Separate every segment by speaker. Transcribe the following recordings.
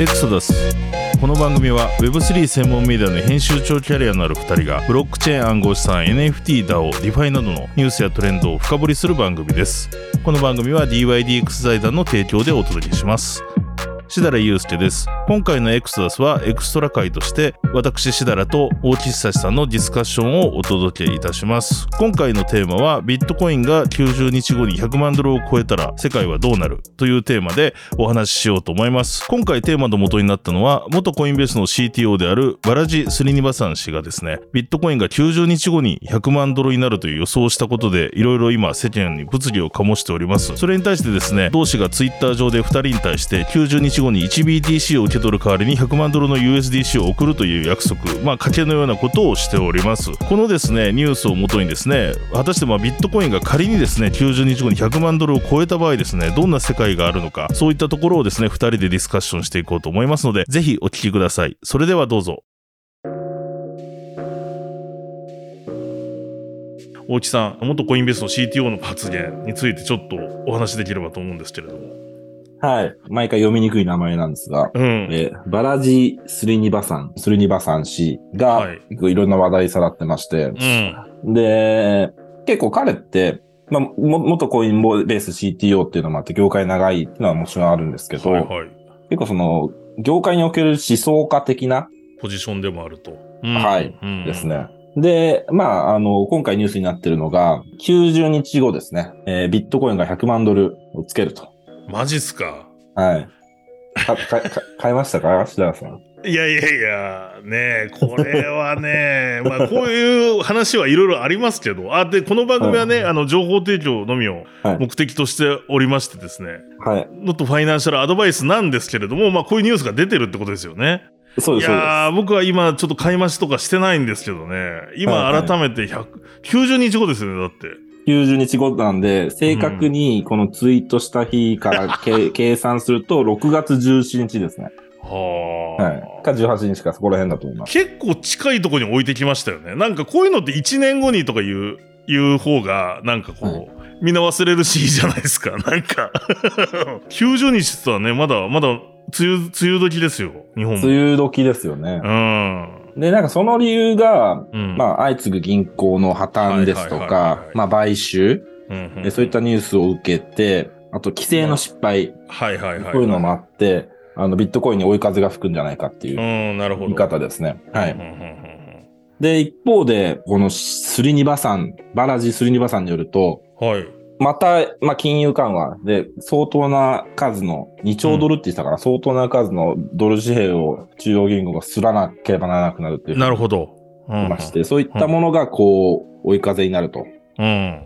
Speaker 1: エクソダスこの番組は Web3 専門メディアの編集長キャリアのある2人がブロックチェーン暗号資産 NFT だを DeFi などのニュースやトレンドを深掘りする番組ですこの番組は DYDX 財団の提供でお届けしますしだらゆうすけです今回のエクソダスはエクストラ会として私しだらと大木久志さんのディスカッションをお届けいたします今回のテーマはビットコインが90日後に100万ドルを超えたら世界はどうなるというテーマでお話ししようと思います今回テーマの元になったのは元コインベースの CTO であるバラジ・スリニバさん氏がですねビットコインが90日後に100万ドルになるという予想をしたことでいろいろ今世間に物議を醸しておりますそれに対してですね同氏がツイッター上で2人に対して90日後に 1BTC を受け取る代わりに100万ドルの USDC を送るという約束まあ賭けのようなことをしておりますこのですねニュースをもとにですね果たしてまあビットコインが仮にですね90日後に100万ドルを超えた場合ですねどんな世界があるのかそういったところをですね2人でディスカッションしていこうと思いますのでぜひお聞きくださいそれではどうぞ大木さん元コインベースの CTO の発言についてちょっとお話しできればと思うんですけれども
Speaker 2: はい。毎回読みにくい名前なんですが、
Speaker 1: うん
Speaker 2: えーバラジ・スリニバさん、スリニバさん氏が
Speaker 1: はい、
Speaker 2: 結構いろんな話題さらってまして、
Speaker 1: うん
Speaker 2: で、結構彼って、まあ、も元コインベース CTO っていうのもあって、業界長いっていうのはもちろんあるんですけど、
Speaker 1: はいはい
Speaker 2: 結構その、業界における思想家的な
Speaker 1: ポジションでもあると、うん
Speaker 2: はい
Speaker 1: うん
Speaker 2: ですね。で、まあ、あの、今回ニュースになってるのが、90日後ですね、えービットコインが100万ドルをつけると。
Speaker 1: マジっすか
Speaker 2: はい。か、か、 か買いましたか白田さん。
Speaker 1: いやいやいや、ねえ、これはね、 まあこういう話はいろいろありますけど、あ、で、この番組はね、
Speaker 2: はい
Speaker 1: あの、情報提供のみを
Speaker 2: はい
Speaker 1: 目的としておりましてですね、
Speaker 2: はい。
Speaker 1: ノットファイナンシャルアドバイスなんですけれども、まあこういうニュースが出てるってことですよね。
Speaker 2: そう
Speaker 1: い
Speaker 2: です、そうです。
Speaker 1: やー、僕は今ちょっと買い増しとかしてないんですけどね、今
Speaker 2: はいはい
Speaker 1: 改めて100、90日後ですよね、だって。
Speaker 2: 90日後なんで、正確にこのツイートした日 からけ、計算すると、6月17日ですね。
Speaker 1: はあ。
Speaker 2: はい。か18日か、そこら辺だと思います。
Speaker 1: 結構近いところに置いてきましたよねなんかこういうのって1年後にとか言う言う方がなんかこう、
Speaker 2: はい
Speaker 1: みんな忘れるしいいじゃないですか なんか90日ってはねまだまだ梅雨梅雨時ですよ日本
Speaker 2: 梅雨時ですよね。
Speaker 1: うん
Speaker 2: で、なんかその理由が、
Speaker 1: うん
Speaker 2: まあ、相次ぐ銀行の破綻です
Speaker 1: は
Speaker 2: と
Speaker 1: いはいはい
Speaker 2: か
Speaker 1: は、い
Speaker 2: まあ、買収、
Speaker 1: うんうん
Speaker 2: えそういったニュースを受けて、あと、規制の失敗、
Speaker 1: はいはいはい
Speaker 2: こういうのもあって、あの、ビットコインに追い風が吹くんじゃないかっていううん
Speaker 1: なるほど
Speaker 2: 見方ですね。はい
Speaker 1: うん。うんうん
Speaker 2: で、一方で、このスリニバさん、バラジスリニバさんによると、
Speaker 1: うんはい
Speaker 2: また、まあ、金融緩和で相当な数の、2兆ドルって言ってたから、相当な数のドル紙幣を中央銀行がすらなければならなくなるっていう
Speaker 1: なるほどうん
Speaker 2: まして、そういったものがこう、追い風になると。
Speaker 1: うん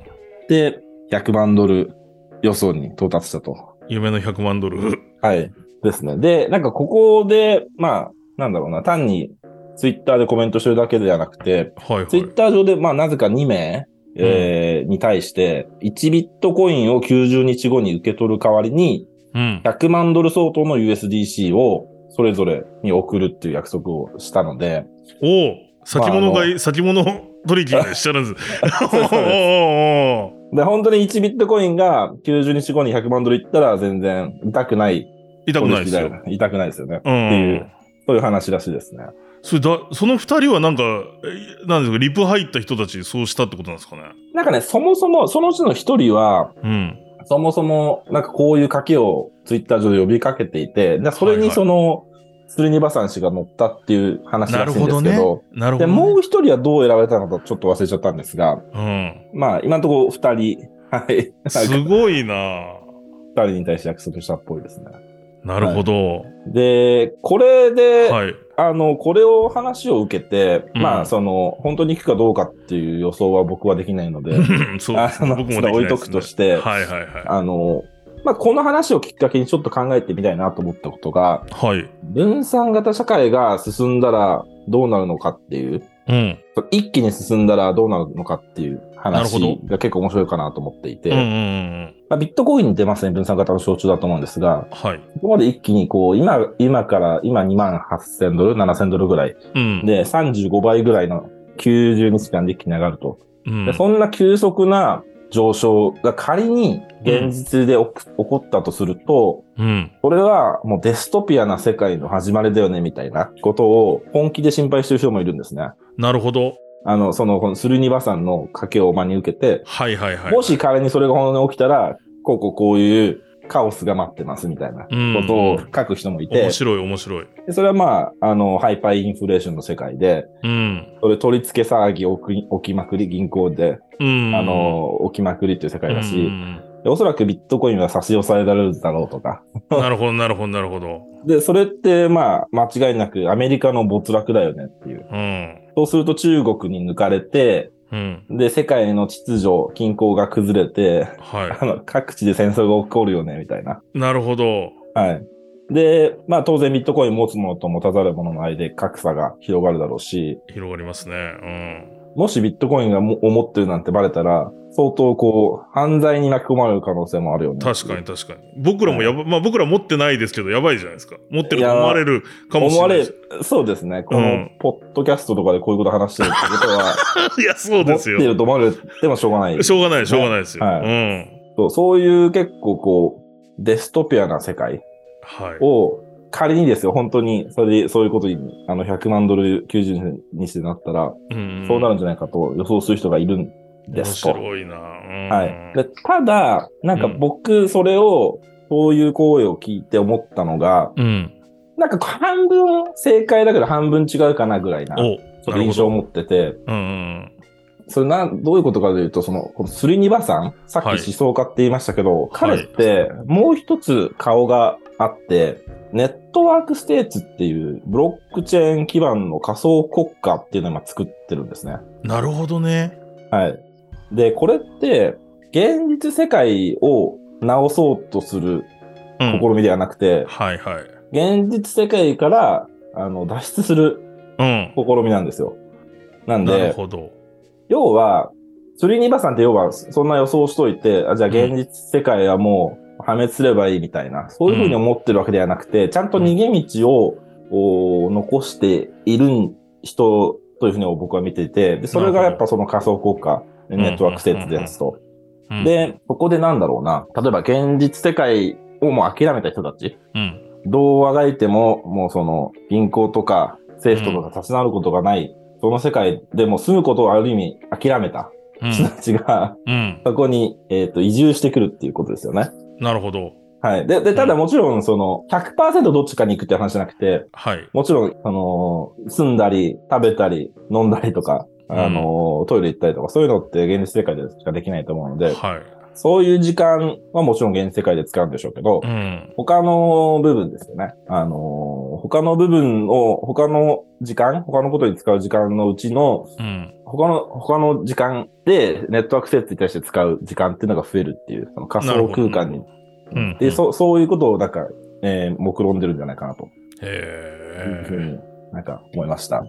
Speaker 2: で、100万ドル予想に到達したと。
Speaker 1: 夢の100万ドル
Speaker 2: はい。ですね。で、なんかここで、まあ、なんだろうな、単にツイッターでコメントしてるだけではなくて、
Speaker 1: はいはい
Speaker 2: ツイッター上で、まあ、なぜか2名、えーに対して、1ビットコインを90日後に受け取る代わりに、
Speaker 1: うん
Speaker 2: 100万ドル相当の USDC をそれぞれに送るっていう約束をしたの で、
Speaker 1: おお先物
Speaker 2: まああ
Speaker 1: 買い先物取引までしちゃるんですお
Speaker 2: そうです
Speaker 1: ーおーおー
Speaker 2: で、本当に1ビットコインが90日後に100万ドルいったら全然痛くない
Speaker 1: 痛くないですよ。
Speaker 2: 取引だ痛くないですよね。
Speaker 1: う。、
Speaker 2: っていうんそういう話らしいですね。
Speaker 1: それだその二人はなんか、えなんですか、リプ入った人たちそうしたってことなんですかね。
Speaker 2: なんかね、そもそも、そのうちの一人は、
Speaker 1: うん。
Speaker 2: そもそも、なんかこういう賭けをツイッター上で呼びかけていて、でそれ
Speaker 1: はい
Speaker 2: に
Speaker 1: はい
Speaker 2: その、スリニバさん氏が乗ったっていう話
Speaker 1: な
Speaker 2: ら
Speaker 1: る
Speaker 2: しいん
Speaker 1: ほ
Speaker 2: で
Speaker 1: ど
Speaker 2: すけ
Speaker 1: ね
Speaker 2: ど、。
Speaker 1: なるほどね。
Speaker 2: で、もう一人はどう選ばれたのかちょっと忘れちゃったんですが、
Speaker 1: うん。
Speaker 2: まあ、今のところ二人、はい、なんか
Speaker 1: すごいな
Speaker 2: 二人に対して約束したっぽいですね。
Speaker 1: なるほど。
Speaker 2: で、これで、
Speaker 1: はい。
Speaker 2: あの、これを話を受けて、
Speaker 1: うん
Speaker 2: まあ、その、本当に行くかどうかっていう予想は僕はできないので、
Speaker 1: そう
Speaker 2: あの
Speaker 1: 僕もでき
Speaker 2: そ
Speaker 1: ない
Speaker 2: れは置いとくとして
Speaker 1: はいはいは
Speaker 2: あの、まあ、この話をきっかけにちょっと考えてみたいなと思ったことが、
Speaker 1: い。はい。
Speaker 2: 分散型社会が進んだらどうなるのかっていう、
Speaker 1: うん。
Speaker 2: 一気に進んだらどうなるのかっていう
Speaker 1: なるほど
Speaker 2: 話が結構面白いかなと思っていて、
Speaker 1: うんうんうん。
Speaker 2: まあ、ビットコインに出ますね、分散型の象徴だと思うんですが、
Speaker 1: はい。
Speaker 2: ここまで一気にこう、今、今から、今2万8000ドル、7000ドルぐらい
Speaker 1: うん。
Speaker 2: で、35倍ぐらいの90日間で一気に上がると。
Speaker 1: うん
Speaker 2: でそんな急速な上昇が仮に現実でおく起こったとすると、
Speaker 1: うん。
Speaker 2: これはもうデストピアな世界の始まりだよねみたいなことを本気で心配してる人もいるんですね。
Speaker 1: なるほど。
Speaker 2: あの、その、このスルニバさんの賭けを真に受けて、
Speaker 1: はいはいはい。
Speaker 2: もし仮にそれが本当に起きたら、こうこうこういうカオスが待ってますみたいな
Speaker 1: うん
Speaker 2: ことを書く人もいて
Speaker 1: 面、白い面白い。
Speaker 2: でそれはまあ、あの、ハイパーインフレーションの世界で、
Speaker 1: うん。
Speaker 2: それ取り付け騒ぎ起き起きまくり、銀行で、
Speaker 1: うん。
Speaker 2: あの、起きまくりっていう世界だし、
Speaker 1: うん
Speaker 2: でおそらくビットコインは差し押さえられるだろうとか。
Speaker 1: なるほどなるほどなるほど。
Speaker 2: で、それってまあ、間違いなくアメリカの没落だよねっていう。
Speaker 1: うん。
Speaker 2: そうすると中国に抜かれて、
Speaker 1: うん。
Speaker 2: で、世界の秩序、均衡が崩れて、
Speaker 1: は
Speaker 2: あの、各地で戦争が起こるよね、みたいな。
Speaker 1: い。なるほど。
Speaker 2: はい。で、まあ当然ビットコイン持つものと持たざるものの間で格差が広がるだろうし、
Speaker 1: 広がりますね。
Speaker 2: もしビットコインがも思ってるなんてバレたら、相当こう、犯罪に巻き込まれる可能性もあるよね。
Speaker 1: うん。確かに確かに。僕らもやば、まあ僕ら持ってないですけど、やばいじゃないですか。持ってる
Speaker 2: い
Speaker 1: と
Speaker 2: や
Speaker 1: 思われるかもし
Speaker 2: 思わ
Speaker 1: れない
Speaker 2: れ
Speaker 1: です。、
Speaker 2: そうですね。こ
Speaker 1: う
Speaker 2: の
Speaker 1: ん、
Speaker 2: ポッドキャストとかでこういうこと話してるってことは、
Speaker 1: いや、そうです
Speaker 2: 持って
Speaker 1: よ。
Speaker 2: ると思われてもしょうがない。
Speaker 1: しょうがない、しょうがないですよ。
Speaker 2: はそうそういう結構こう、デストピアな世界
Speaker 1: うん。はい。
Speaker 2: を、仮にですよ、本当に、それで、そういうことに、あの、100万ドル90にしてなったら、
Speaker 1: うん
Speaker 2: そうなるんじゃないかと予想する人がいるんですと。
Speaker 1: 面白いな。うん
Speaker 2: はい。でただ、なんか僕、それを、そういう声を聞いて思ったのが、
Speaker 1: うん。
Speaker 2: なんか半分正解だけど半分違うかなぐらいな、ちょ
Speaker 1: お、
Speaker 2: っ
Speaker 1: な
Speaker 2: と
Speaker 1: る
Speaker 2: 印
Speaker 1: ほ
Speaker 2: 象を
Speaker 1: ど。
Speaker 2: 持ってて、
Speaker 1: うんうん。
Speaker 2: それなん、どういうことかというと、その、このスリニバさん、さっき
Speaker 1: はい
Speaker 2: 思想家って言いましたけど、
Speaker 1: はい
Speaker 2: 彼ってもう一つ顔があって、ネットワークステーツっていうブロックチェーン基盤の仮想国家っていうのを今作ってるんですね。
Speaker 1: なるほどね。
Speaker 2: はい。で、これって、現実世界を直そうとする
Speaker 1: うん
Speaker 2: 試みではなくて、
Speaker 1: はいはい。
Speaker 2: 現実世界からあの脱出する
Speaker 1: うん。
Speaker 2: 試みなんですよ。なん
Speaker 1: なる
Speaker 2: で、
Speaker 1: ほど。
Speaker 2: 要は、スリニバさんって要は、そんな予想しといて、あじゃあ現実世界はもう破滅すればいいみたいな、そういうふうに思ってるわけではなくて、ちゃんと逃げ道を、お残している人というふうに僕は見ていて、でそれがやっぱその仮想効果、ネットワーク施設ですと。
Speaker 1: うん、
Speaker 2: で、ここでなんだろうな、例えば現実世界をもう諦めた人たち、
Speaker 1: うん。
Speaker 2: どうあがいても、もうその銀行とか政府とかが立ち直ることがない、その世界でもう住むことをある意味諦めた
Speaker 1: う
Speaker 2: 人
Speaker 1: ん。
Speaker 2: たちが、
Speaker 1: うん。
Speaker 2: そこに、えっと移住してくるっていうことですよね。
Speaker 1: なるほど。
Speaker 2: はい。で、でただもちろん、その、100%どっちかに行くって話じゃなくて、
Speaker 1: はい。
Speaker 2: もちろん、あのー住んだり、食べたり、飲んだりとか、あのートイレ行ったりとか、そういうのって現実世界でしかできないと思うので、
Speaker 1: はい。
Speaker 2: そういう時間はもちろん現実世界で使うんでしょうけど
Speaker 1: う、ん。
Speaker 2: 他の部分ですよね。あのー他の部分を、他の時間、他のことに使う時間のうちの、
Speaker 1: うん。
Speaker 2: 他の、他の時間で、ネットワーク施設に対して使う時間っていうのが増えるっていう、その仮想空間に。
Speaker 1: うん
Speaker 2: で、そ、そういうことを、なんか、えー、目論んでるんじゃないかなという
Speaker 1: へ
Speaker 2: ふう
Speaker 1: え。
Speaker 2: になんか思いました。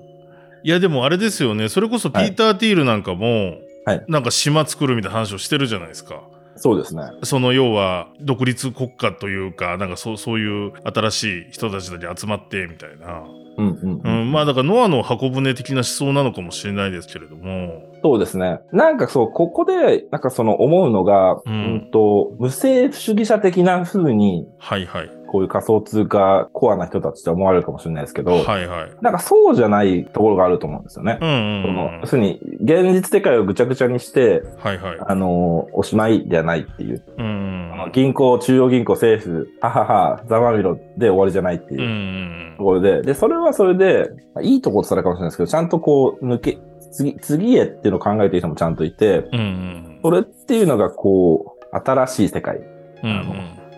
Speaker 1: いや、でもあれですよね。それこそピーター・ティールなんかも、
Speaker 2: はい
Speaker 1: なんか島作るみたいな話をしてるじゃないですか。
Speaker 2: そうですね。
Speaker 1: その要は独立国家というか、なんかそうそういう新しい人たちだけ集まってみたいな。
Speaker 2: うんうん、
Speaker 1: う
Speaker 2: うん
Speaker 1: ん、まあだからノアの箱舟的な思想なのかもしれないですけれども。
Speaker 2: そうですね。なんかそう、ここで、なんかその思うのが、
Speaker 1: う
Speaker 2: うんん、と、無政府主義者的な風に、
Speaker 1: はいはい。
Speaker 2: こういう仮想通貨コアな人たちって思われるかもしれないですけど、
Speaker 1: はいはい。
Speaker 2: なんかそうじゃないところがあると思うんですよね
Speaker 1: う。んうん
Speaker 2: そ
Speaker 1: うん、
Speaker 2: の要するに、現実世界をぐちゃぐちゃにして、
Speaker 1: はいはい。
Speaker 2: あのーおしまいではないっていう。
Speaker 1: うんうん
Speaker 2: あの銀行、中央銀行、政府、ははは、ざまみろで終わりじゃないって
Speaker 1: うん。う
Speaker 2: いううんところで、で、それはそれで、まあいいとこって言ったらかもしれないですけど、ちゃんとこう、抜け、次、次へっていうのを考えてる人もちゃんといて、
Speaker 1: うん。うん
Speaker 2: それっていうのがこう、新しい世界。
Speaker 1: うん。うん
Speaker 2: あの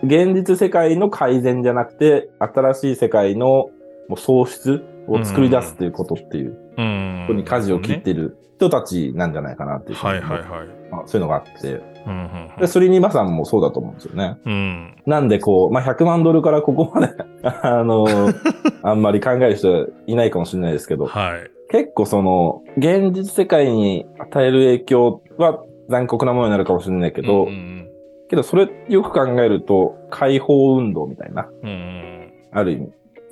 Speaker 2: 現実世界の改善じゃなくて、新しい世界のもう創出を作り出すということっていう、
Speaker 1: うん
Speaker 2: ここに舵を切っ
Speaker 1: ね
Speaker 2: てる人たちなんじゃないかなっていう、
Speaker 1: はいはいはい。
Speaker 2: まあそういうのがあって、
Speaker 1: うん
Speaker 2: で、スリニバさんもそうだと思うんですよね。
Speaker 1: うんうん。
Speaker 2: なんでこう、まあ、100万ドルからここまで、 あの、あんまり考える人いないかもしれないですけ
Speaker 1: うん。
Speaker 2: ど、
Speaker 1: はい。
Speaker 2: 結構その、現実世界に与える影響は残酷なものになるかもしれないけど、
Speaker 1: うんうん
Speaker 2: けどそれよく考えると、解放運動みたいな。
Speaker 1: うんうん
Speaker 2: ある意味、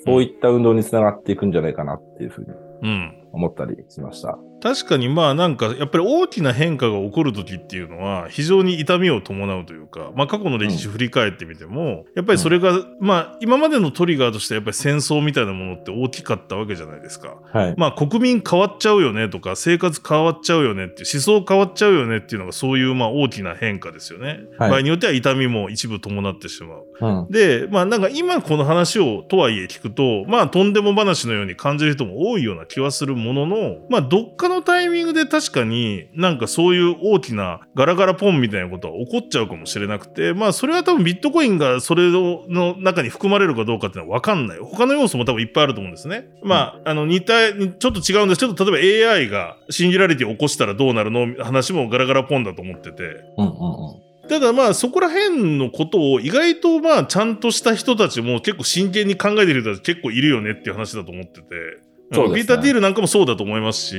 Speaker 2: そういった運動につながっていくんじゃないかなっていうふうに
Speaker 1: うん。うん
Speaker 2: 思ったりしました。
Speaker 1: 確かにまあなんかやっぱり大きな変化が起こる時っていうのは非常に痛みを伴うというか、まあ、過去の歴史振り返ってみても、やっぱりそれが、まあ今までのトリガーとしてやっぱり戦争みたいなものって大きかったわけじゃないですか。
Speaker 2: はい。
Speaker 1: まあ国民変わっちゃうよねとか生活変わっちゃうよねっていう思想変わっちゃうよねっていうのがそういうまあ大きな変化ですよね。
Speaker 2: はい
Speaker 1: 場合によっては痛みも一部伴ってしまう。
Speaker 2: うん。
Speaker 1: で、まあなんか今この話をとはいえ聞くと、まあとんでも話のように感じる人も多いような気はするものの、まあどっかのタイミングで確かになんかそういう大きなガラガラポンみたいなことは起こっちゃうかもしれなくて、まあそれは多分ビットコインがそれをの中に含まれるかどうかっていうのはわかんない。他の要素も多分いっぱいあると思うんですね。まあ、あの似た、ちょっと違うんですけど、例えば AI がシンギュラリティを起こしたらどうなるの話もガラガラポンだと思ってて、
Speaker 2: うんうんうん。
Speaker 1: ただまあそこら辺のことを意外とまあちゃんとした人たちも結構真剣に考えてる人たち結構いるよねっていう話だと思ってて。
Speaker 2: そうで
Speaker 1: ん
Speaker 2: すね
Speaker 1: ピーター・ディールなんかもそうだと思いますし。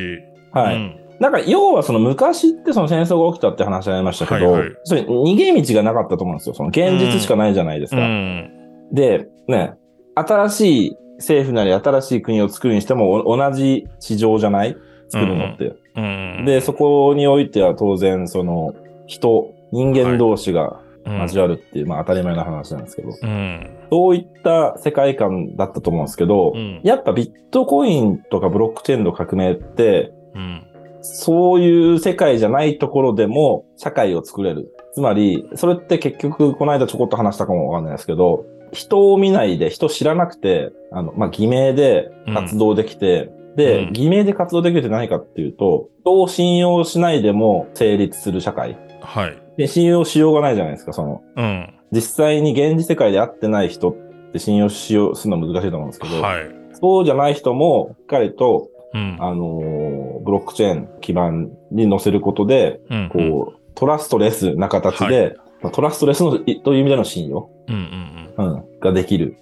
Speaker 2: はい。
Speaker 1: うん
Speaker 2: なんか、要はその昔ってその戦争が起きたって話ありましたけど、
Speaker 1: はいはい
Speaker 2: それ逃げ道がなかったと思うんですよ。その現実しかないじゃないです
Speaker 1: う
Speaker 2: か。
Speaker 1: ん。
Speaker 2: で、ね、新しい政府なり新しい国を作るにしてもお同じ市場じゃない作るのって。
Speaker 1: うん。
Speaker 2: で、そこにおいては当然、その人、人間同士が
Speaker 1: うん、
Speaker 2: 交わるっていう、まあ当たり前の話なんですけど、
Speaker 1: うん。
Speaker 2: そういった世界観だったと思うんですけど、
Speaker 1: うん。
Speaker 2: やっぱビットコインとかブロックチェーンの革命って、
Speaker 1: うん。
Speaker 2: そういう世界じゃないところでも社会を作れる。つまり、それって結局、この間ちょこっと話したかもわかんないですけど、人を見ないで、人知らなくて、あの、まあ、偽名で活動できて、で、
Speaker 1: うん
Speaker 2: 偽名で活動できるって何かっていうと、人を信用しないでも成立する社会。
Speaker 1: はい。
Speaker 2: で、信用しようがないじゃないですか、その、
Speaker 1: うん。
Speaker 2: 実際に現実世界で会ってない人って信用しよう、するの難しいと思うんですけど、
Speaker 1: はい。
Speaker 2: そうじゃない人も、しっかりと、
Speaker 1: うん。
Speaker 2: あのーブロックチェーン基盤に乗せることで、
Speaker 1: うん
Speaker 2: こう、トラストレスな形で、
Speaker 1: は
Speaker 2: まあトラストレスのいという意味での信用、
Speaker 1: うん。うん。
Speaker 2: うん、ができる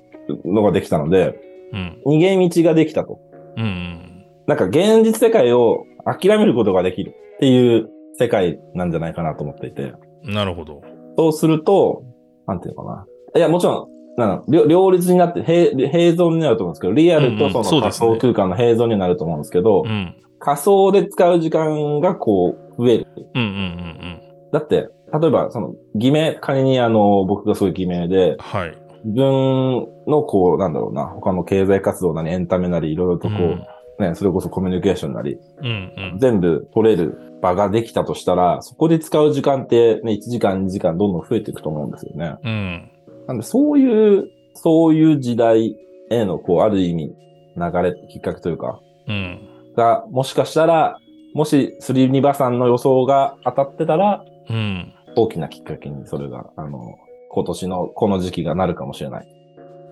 Speaker 2: のができたので、
Speaker 1: うん。うん。
Speaker 2: 逃げ道ができたと。
Speaker 1: うん。うん。
Speaker 2: なんか現実世界を諦めることができるっていう世界なんじゃないかなと思っていて、
Speaker 1: なるほど。
Speaker 2: そうすると、なんていうのかな。いや、もちろん、なん両両立になって平、平存になると思うんですけど、リアル
Speaker 1: うんう
Speaker 2: と
Speaker 1: ん
Speaker 2: その
Speaker 1: そうで
Speaker 2: 仮
Speaker 1: すね
Speaker 2: 想空間の平存になると思うんですけど、
Speaker 1: うん。
Speaker 2: 仮想で使う時間がこう増える。
Speaker 1: うん。うん。うん。
Speaker 2: だって、例えばその偽名、仮にあの、僕がすごい偽名で、
Speaker 1: はい。
Speaker 2: 自分のこう、なんだろうな、他の経済活動なりエンタメなりいろいろとこう、ね、それこそコミュニケーションなり、
Speaker 1: うん。うん。
Speaker 2: 全部取れる場ができたとしたら、そこで使う時間ってね、1時間2時間どんどん増えていくと思うんですよね。
Speaker 1: うん。うん。
Speaker 2: なんでそういう、そういう時代へのこう、ある意味、流れ、きっかけというか、
Speaker 1: うん。
Speaker 2: が、もしかしたら、もしスリニバさんの予想が当たってたら、
Speaker 1: うん。
Speaker 2: 大きなきっかけにそれが、あの、今年のこの時期がなるかもしれない。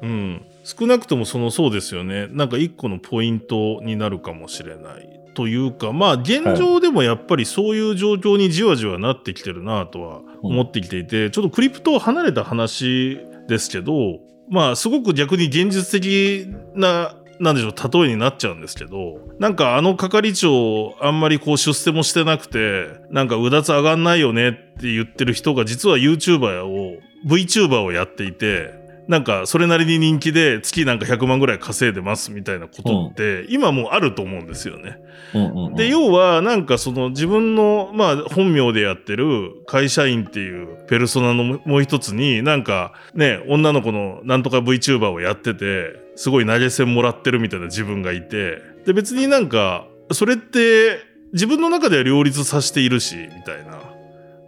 Speaker 1: うん、少なくともそのそうですよねなんか一個のポイントになるかもしれないというかまあ現状でもやっぱりそういう状況にじわじわなってきてるなとは思ってきていて、ちょっとクリプトを離れた話ですけどまあすごく逆に現実的な。なんでしょう例えになっちゃうんですけどなんかあの係長あんまりこう出世もしてなくてなんかうだつ上がんないよねって言ってる人が実は YouTuber を VTuber をやっていてなんかそれなりに人気で月なんか100万ぐらい稼いでますみたいなことって今もうあると思うんですよね。
Speaker 2: うんうんうん
Speaker 1: で要はなんかその自分のまあ本名でやってる会社員っていうペルソナのももう一つになんかね女の子のなんとか VTuber をやっててすごい投げ銭もらってるみたいな自分がいてで別になんかそれって自分の中では両立させているしみたいな。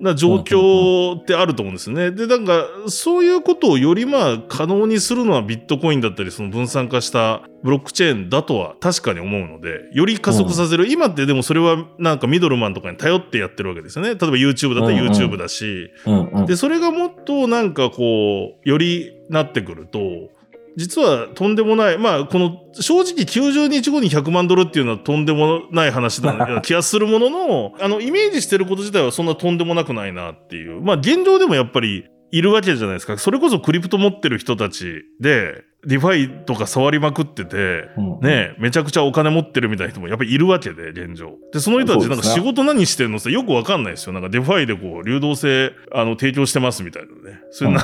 Speaker 1: な状況ってあると思うんですね。で、なんか、そういうことをよりまあ可能にするのはビットコインだったり、その分散化したブロックチェーンだとは確かに思うので、より加速させる。今ってでもそれはなんかミドルマンとかに頼ってやってるわけですよね。例えば YouTube だったら
Speaker 2: うんうん
Speaker 1: YouTube だし、
Speaker 2: うんうん
Speaker 1: で、それがもっとなんかこう、よりなってくると、実はとんでもない、まあ、この正直90日後に100万ドルっていうのはとんでもない話だ ような気がするものの、あの、イメージしてること自体はそんなとんでもなくないなっていう。まあ、現状でもやっぱりいるわけじゃないですか。それこそクリプト持ってる人たちで、ディファイとか触りまくってて、
Speaker 2: うん
Speaker 1: ねえ、めちゃくちゃお金持ってるみたいな人もやっぱりいるわけで、現状。で、その人たちなんか
Speaker 2: そうです
Speaker 1: 仕
Speaker 2: ね
Speaker 1: 事何してんのってよくわかんないですよ。なんかデファイでこう、流動性、 あの、提供してますみたいなね。そういうな、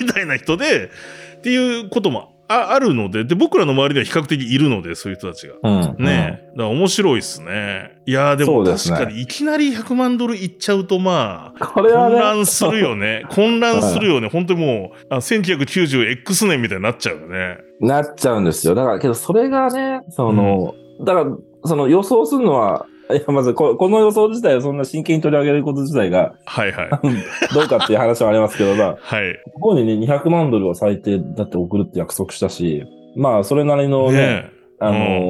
Speaker 1: みたいな人で、っていうこともあああるので、で、僕らの周りには比較的いるので、そういう人たちが。
Speaker 2: うん。
Speaker 1: ねえ。だから面白いっすね。いやーで
Speaker 2: そ
Speaker 1: も
Speaker 2: うで
Speaker 1: 確
Speaker 2: すね
Speaker 1: かにいきなり100万ドルいっちゃうとまあ、
Speaker 2: うん。これは
Speaker 1: 混
Speaker 2: ね。
Speaker 1: 乱するよ ね。混乱するよね。本当にもう、あ 1990X 年みたいになっちゃうよね。
Speaker 2: なっちゃうんですよ。だから、けどそれがね、その、だから、その予想するのは、いや、まずこ、この予想自体をそんな真剣に取り上げること自体が、
Speaker 1: はいはい。
Speaker 2: どうかっていう話はありますけど、まあ、
Speaker 1: はい。
Speaker 2: ここにね、200万ドルを最低だって送るって約束したし、まあ、それなりのね、
Speaker 1: ね
Speaker 2: あの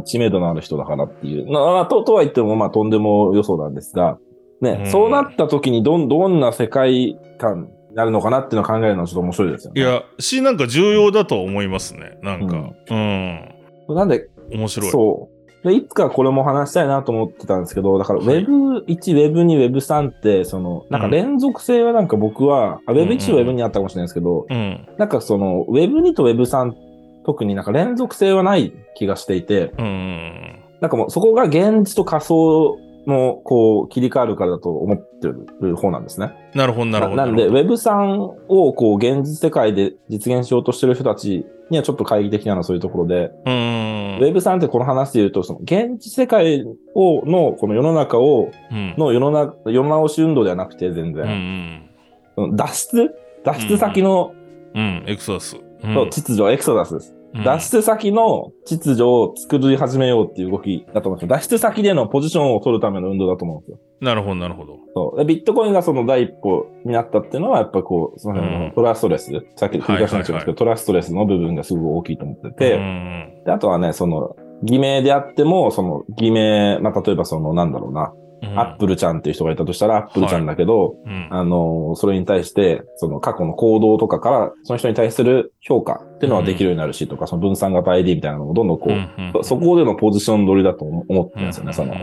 Speaker 2: ー知名度のある人だからっていう。まあ、と、とは言っても、まあ、とんでも予想なんですが、ね、
Speaker 1: うん
Speaker 2: そうなった時にどん、どんな世界観になるのかなっていうのを考えるのはちょっと面白いですよ
Speaker 1: え。い
Speaker 2: ね。
Speaker 1: や、し、なんか重要だと思いますね。なんか、うん。
Speaker 2: なんで、
Speaker 1: 面白い。
Speaker 2: そう。で、いつかこれも話したいなと思ってたんですけど、だから
Speaker 1: はい
Speaker 2: Web1、Web2、Web3 って、その、なんか
Speaker 1: うん
Speaker 2: 連続性はなんか僕は、あ
Speaker 1: うんうん
Speaker 2: Web1 と Web2 にあったかもしれないですけど、
Speaker 1: うん。
Speaker 2: なんかその Web2 と Web3 特になんか連続性はない気がしていて、
Speaker 1: うん。
Speaker 2: なんかもうそこが現実と仮想のこう切り替わるからだと思ってる方なんですね。
Speaker 1: なるほど、なるほど。
Speaker 2: なんで Web3 をこう現実世界で実現しようとしてる人たちにはちょっと懐疑的なのはそういうところで、
Speaker 1: うん。
Speaker 2: ウェブさんってこの話で言うと、その現地世界をのこの世の中を
Speaker 1: うん。
Speaker 2: の世の中世直し運動ではなくて全
Speaker 1: うんう
Speaker 2: 然、
Speaker 1: ん。
Speaker 2: その脱出脱出先の、
Speaker 1: うん。エクソダス。うん
Speaker 2: そう秩序、エクソダスです。
Speaker 1: うん
Speaker 2: 脱出先の秩序を作り始めようっていう動きだと思うんですよ。脱出先でのポジションを取るための運動だと思うんですよ。
Speaker 1: なるほど、なるほど。
Speaker 2: そうでビットコインがその第一歩になったっていうのは、やっぱこう、その辺
Speaker 1: うん
Speaker 2: のトラストレス、さっき繰り返しになっちゃうんですけど、
Speaker 1: はいはいはい
Speaker 2: トラストレスの部分がすごく大きいと思ってて、
Speaker 1: うん
Speaker 2: であとはね、その、偽名であっても、その、偽名、まあ、例えばその、なんだろうな、
Speaker 1: うん
Speaker 2: アップルちゃんっていう人がいたとしたら、アップルちゃんだけど、
Speaker 1: うん
Speaker 2: あの、それに対して、その過去の行動とかから、その人に対する評価っていうのはできるようになるし、とか、その分散型 ID みたいなのもどんどんこう、
Speaker 1: うん
Speaker 2: そそこでのポジション取りだと思思ってるんですよね、そ
Speaker 1: うん
Speaker 2: の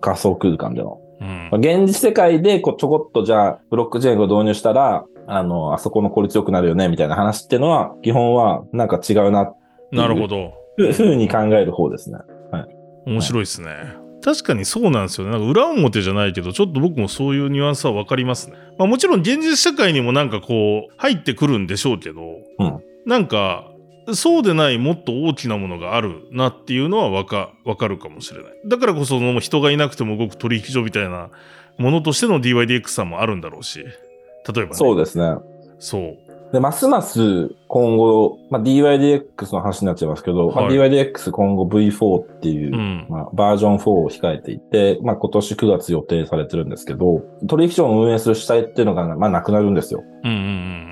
Speaker 2: 仮想空間での。
Speaker 1: うん
Speaker 2: まあ現実世界でこうちょこっとじゃあ、ブロックチェーンを導入したら、あの、あそこの効率よくなるよね、みたいな話っていうのは、基本はなんか違うな
Speaker 1: なるほど。
Speaker 2: ふふうに考える方ですね。
Speaker 1: 面白いですね。確かにそうなんですよね。なんか裏表じゃないけど、ちょっと僕もそういうニュアンスは分かりますね。まあ、もちろん現実社会にもなんかこう、入ってくるんでしょうけど、
Speaker 2: うん
Speaker 1: なんか、そうでないもっと大きなものがあるなっていうのはわか、わかるかもしれない。だからこそ、その人がいなくても動く取引所みたいなものとしての DYDX さんもあるんだろうし、例えば、ね、
Speaker 2: そうですね。
Speaker 1: そう。
Speaker 2: で、ますます今後、まあ、DYDX の話になっちゃいますけど、まあ
Speaker 1: はい
Speaker 2: DYDX 今後 V4 っていう、
Speaker 1: うん。
Speaker 2: まあ、バージョン4を控えていて、まあ、今年9月予定されてるんですけど、取引所を運営する主体っていうのが、まあ、なくなるんですよ。
Speaker 1: うんうん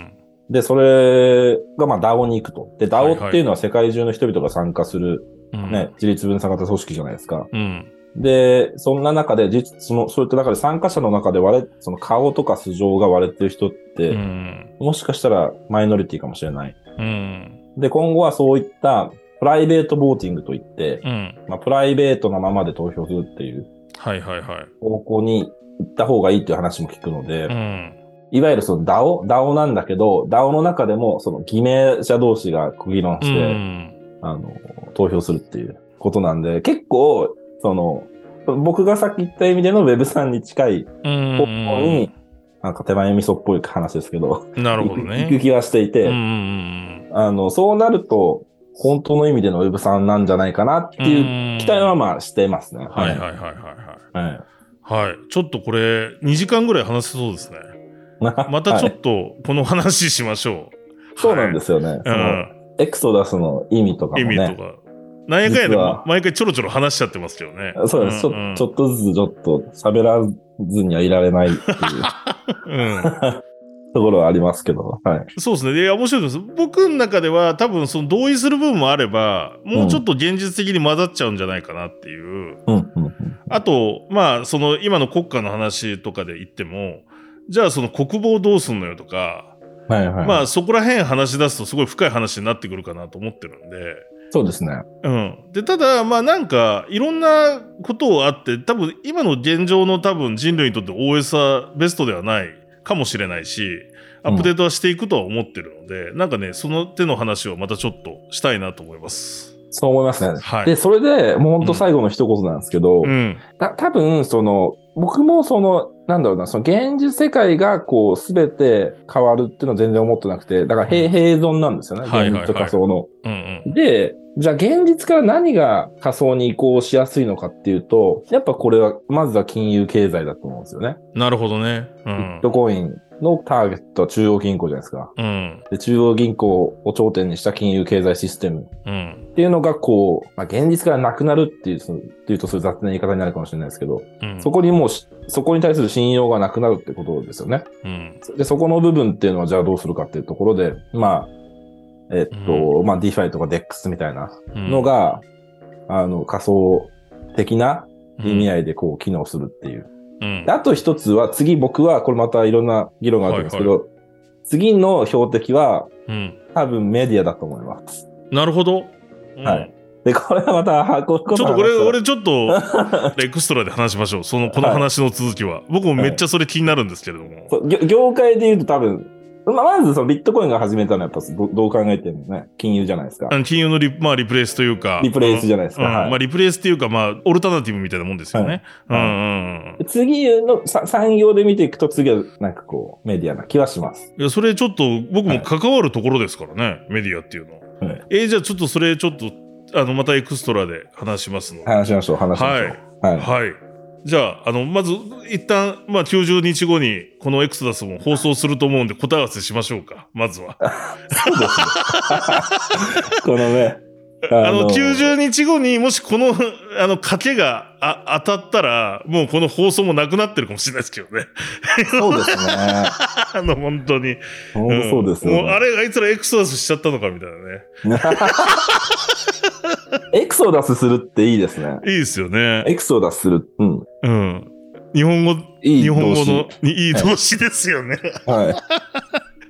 Speaker 2: で、それが、まあ、DAO に行くと。で、
Speaker 1: はいはい
Speaker 2: DAO っていうのは世界中の人々が参加する、
Speaker 1: うん。うん
Speaker 2: ね、。自立分散型組織じゃないですか。
Speaker 1: うん。
Speaker 2: で、そんな中で、実その、そういった中で参加者の中で割れ、その顔とか素性が割れてる人っ
Speaker 1: う
Speaker 2: て、
Speaker 1: ん。
Speaker 2: もしかしたらマイノリティかもしれない。
Speaker 1: うん。
Speaker 2: で、今後はそういったプライベートボーティングといって、
Speaker 1: うん。
Speaker 2: まあ、プライベートのままで投票するっていう
Speaker 1: はいはいはい。
Speaker 2: 方向に行った方がいいっていう話も聞くので、
Speaker 1: うん。
Speaker 2: いわゆるその DAO、DAO なんだけど、DAO の中でもその偽名者同士が区議論
Speaker 1: う
Speaker 2: して、
Speaker 1: ん。
Speaker 2: あの、投票するっていうことなんで、結構、その、僕がさっき言った意味での Web さんに近い
Speaker 1: うん
Speaker 2: 方向に、なんか手前味噌っぽい話ですけど、
Speaker 1: なるほどね。
Speaker 2: 行く気はしていて、
Speaker 1: うんうん
Speaker 2: あの、そうなると、本当の意味での Web さんなんじゃないかなっ
Speaker 1: う
Speaker 2: て
Speaker 1: ん。
Speaker 2: いう
Speaker 1: う
Speaker 2: 期待はまあしてますね。。
Speaker 1: んはいはいはいはいはい
Speaker 2: はい
Speaker 1: い。はい。ちょっとこれ、2時間ぐらい話せそうですね。またちょっと、この話しましょう。。
Speaker 2: そうなんですすよね。
Speaker 1: う
Speaker 2: その
Speaker 1: ん。
Speaker 2: エクソダスの意味とか
Speaker 1: 意
Speaker 2: も
Speaker 1: 味と
Speaker 2: ね。
Speaker 1: か。なんやかんやで
Speaker 2: 実は
Speaker 1: 毎回ちょろちょろ話しちゃってますけどね。
Speaker 2: そうです。ち
Speaker 1: んん
Speaker 2: ょちょっとずつちょっと喋らずにはいられないっていう
Speaker 1: うん。
Speaker 2: ところはありますけど。はい。
Speaker 1: そうですね。で、面白いです。僕の中では多分その同意する部分もあれば、もうちょっと現実的に混ざっちゃうんじゃないかなっていう。
Speaker 2: うんうんうん
Speaker 1: あと、まあ、その今の国家の話とかで言っても、じゃあその国防どうすんのよとか、
Speaker 2: はいはい。
Speaker 1: まあそこら辺話し出すとすごい深い話になってくるかなと思ってるんで。
Speaker 2: そうですね。
Speaker 1: うん。で、ただ、まあなんか、いろんなことをあって、多分今の現状の多分人類にとって OS はベストではないかもしれないし、アップデートはしていくとは思ってるので、なんかね、その手の話をまたちょっとしたいなと思います。
Speaker 2: そう思いますね。
Speaker 1: はい。
Speaker 2: で、それでもう本当最後の一言なんですけど、
Speaker 1: うん。
Speaker 2: た多分その、僕もその、なんだろうな、その現実世界がこう、すべて変わるっていうのは全然思ってなくて、だから平,、平存なんですよね、
Speaker 1: はいはい
Speaker 2: 現
Speaker 1: はい
Speaker 2: 実と仮想の。
Speaker 1: うんうん。
Speaker 2: で、じゃあ現実から何が仮想に移行しやすいのかっていうと、やっぱこれは、まずは金融経済だと思うんですよね。
Speaker 1: なるほどね。う
Speaker 2: ビ
Speaker 1: ん
Speaker 2: ッ。トコインのターゲットは中央銀行じゃないですか。
Speaker 1: うん。
Speaker 2: で中央銀行を頂点にした金融経済システム
Speaker 1: うん。
Speaker 2: っていうのがこう、まあ、現実からなくなるっていう、そのっていうとそういう雑な言い方になるかもしれないですけど、
Speaker 1: うん。
Speaker 2: そこにもうし、そこに対する信用がなくなるってことですよね。
Speaker 1: うん。
Speaker 2: で、そこの部分っていうのはじゃあどうするかっていうところで、まあ、えっと、まあ DeFi とか DEX みたいな
Speaker 1: うん
Speaker 2: の、が、あの、仮想的な意味
Speaker 1: い。
Speaker 2: 合いでこう機能するっていう。
Speaker 1: うん
Speaker 2: で。あと一つは、次僕は、これまたいろんな議論があるんですけど、
Speaker 1: は
Speaker 2: 次の標的は
Speaker 1: うん。
Speaker 2: 多分メディアだと思います。
Speaker 1: なるほど。うん
Speaker 2: はい。で、これはまた、はこ
Speaker 1: ちょっとこれ、、
Speaker 2: この話は
Speaker 1: 俺ちょっと、エクストラで話しましょ う。その、この話の続きは。僕もめっちゃそれ気になるんですけれども。
Speaker 2: そう業業界で言うと多分、まあまずそのビットコインが始めたのはやっぱどどう考えてもね、金融じゃないですか
Speaker 1: あ。の金融のリ,、まあ、リプレイスというか。
Speaker 2: リプレイスじゃないです
Speaker 1: うん
Speaker 2: か。はい
Speaker 1: まあ、リプレイスっていうか、まあ、オルタナティブみたいなもんですよね。
Speaker 2: はい
Speaker 1: うんうんうん。
Speaker 2: 次のさ産業で見ていくと次はなんかこうメディアな気はします。
Speaker 1: いや、それちょっと僕も関わるところですからね、メディアっていうのは。
Speaker 2: はい
Speaker 1: えーじゃあちょっとそれちょっと、あの、またエクストラで話しますので。
Speaker 2: 話しましょう、話しましょう。はい。
Speaker 1: はい。じゃあ、あの、まず、一旦、まあ、90日後に、このエクソダスも放送すると思うんで、答え合わせしましょうか。まずは。あ
Speaker 2: そうですねこの ね、
Speaker 1: の、90日後にもしこの、 あの、賭けがあ当たったら、もうこの放送もなくなってるかもしれないですけどね。
Speaker 2: そうですね。
Speaker 1: あの、本当に。
Speaker 2: 本当そうです
Speaker 1: んも
Speaker 2: よ、
Speaker 1: う、あ
Speaker 2: ね。
Speaker 1: れ、あいつらエクソダスしちゃったのか、みたいなね。
Speaker 2: エクソダスするっていいですね。
Speaker 1: いいですよね。
Speaker 2: エクソダスする。うん。
Speaker 1: うん。日本語、
Speaker 2: いい
Speaker 1: 日本語
Speaker 2: 動詞
Speaker 1: の、にいい動詞ですよ ね。
Speaker 2: は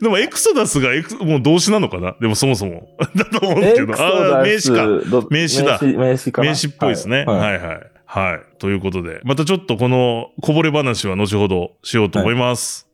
Speaker 1: でも、エクソダスがエク、もう動詞なのかなでも、そもそも。 だと思うん
Speaker 2: い。
Speaker 1: ですけど。ああー、名詞か。
Speaker 2: ど
Speaker 1: 名詞だ
Speaker 2: 名詞名詞かな
Speaker 1: 名詞っぽいですね。
Speaker 2: はい。は
Speaker 1: はいいはい。はい。ということで、またちょっとこのこぼれ話は後ほどしようと思います。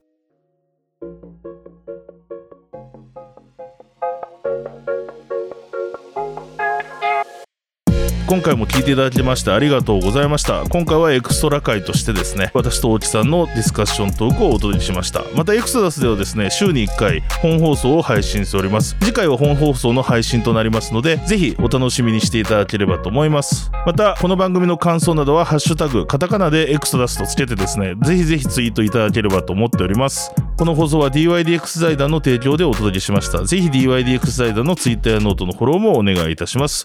Speaker 1: 今回も聞いていただきましてありがとうございました今回はエクストラ会としてですね私と大木さんのディスカッショントークをお届けしましたまたエクソダスではですね週に1回本放送を配信しております次回は本放送の配信となりますのでぜひお楽しみにしていただければと思いますまたこの番組の感想などはハッシュタグカタカナでエクソダスとつけてですねぜひぜひツイートいただければと思っておりますこの放送は DYDX 財団の提供でお届けしましたぜひ DYDX 財団のツイッターやノートのフォローもお願いいたします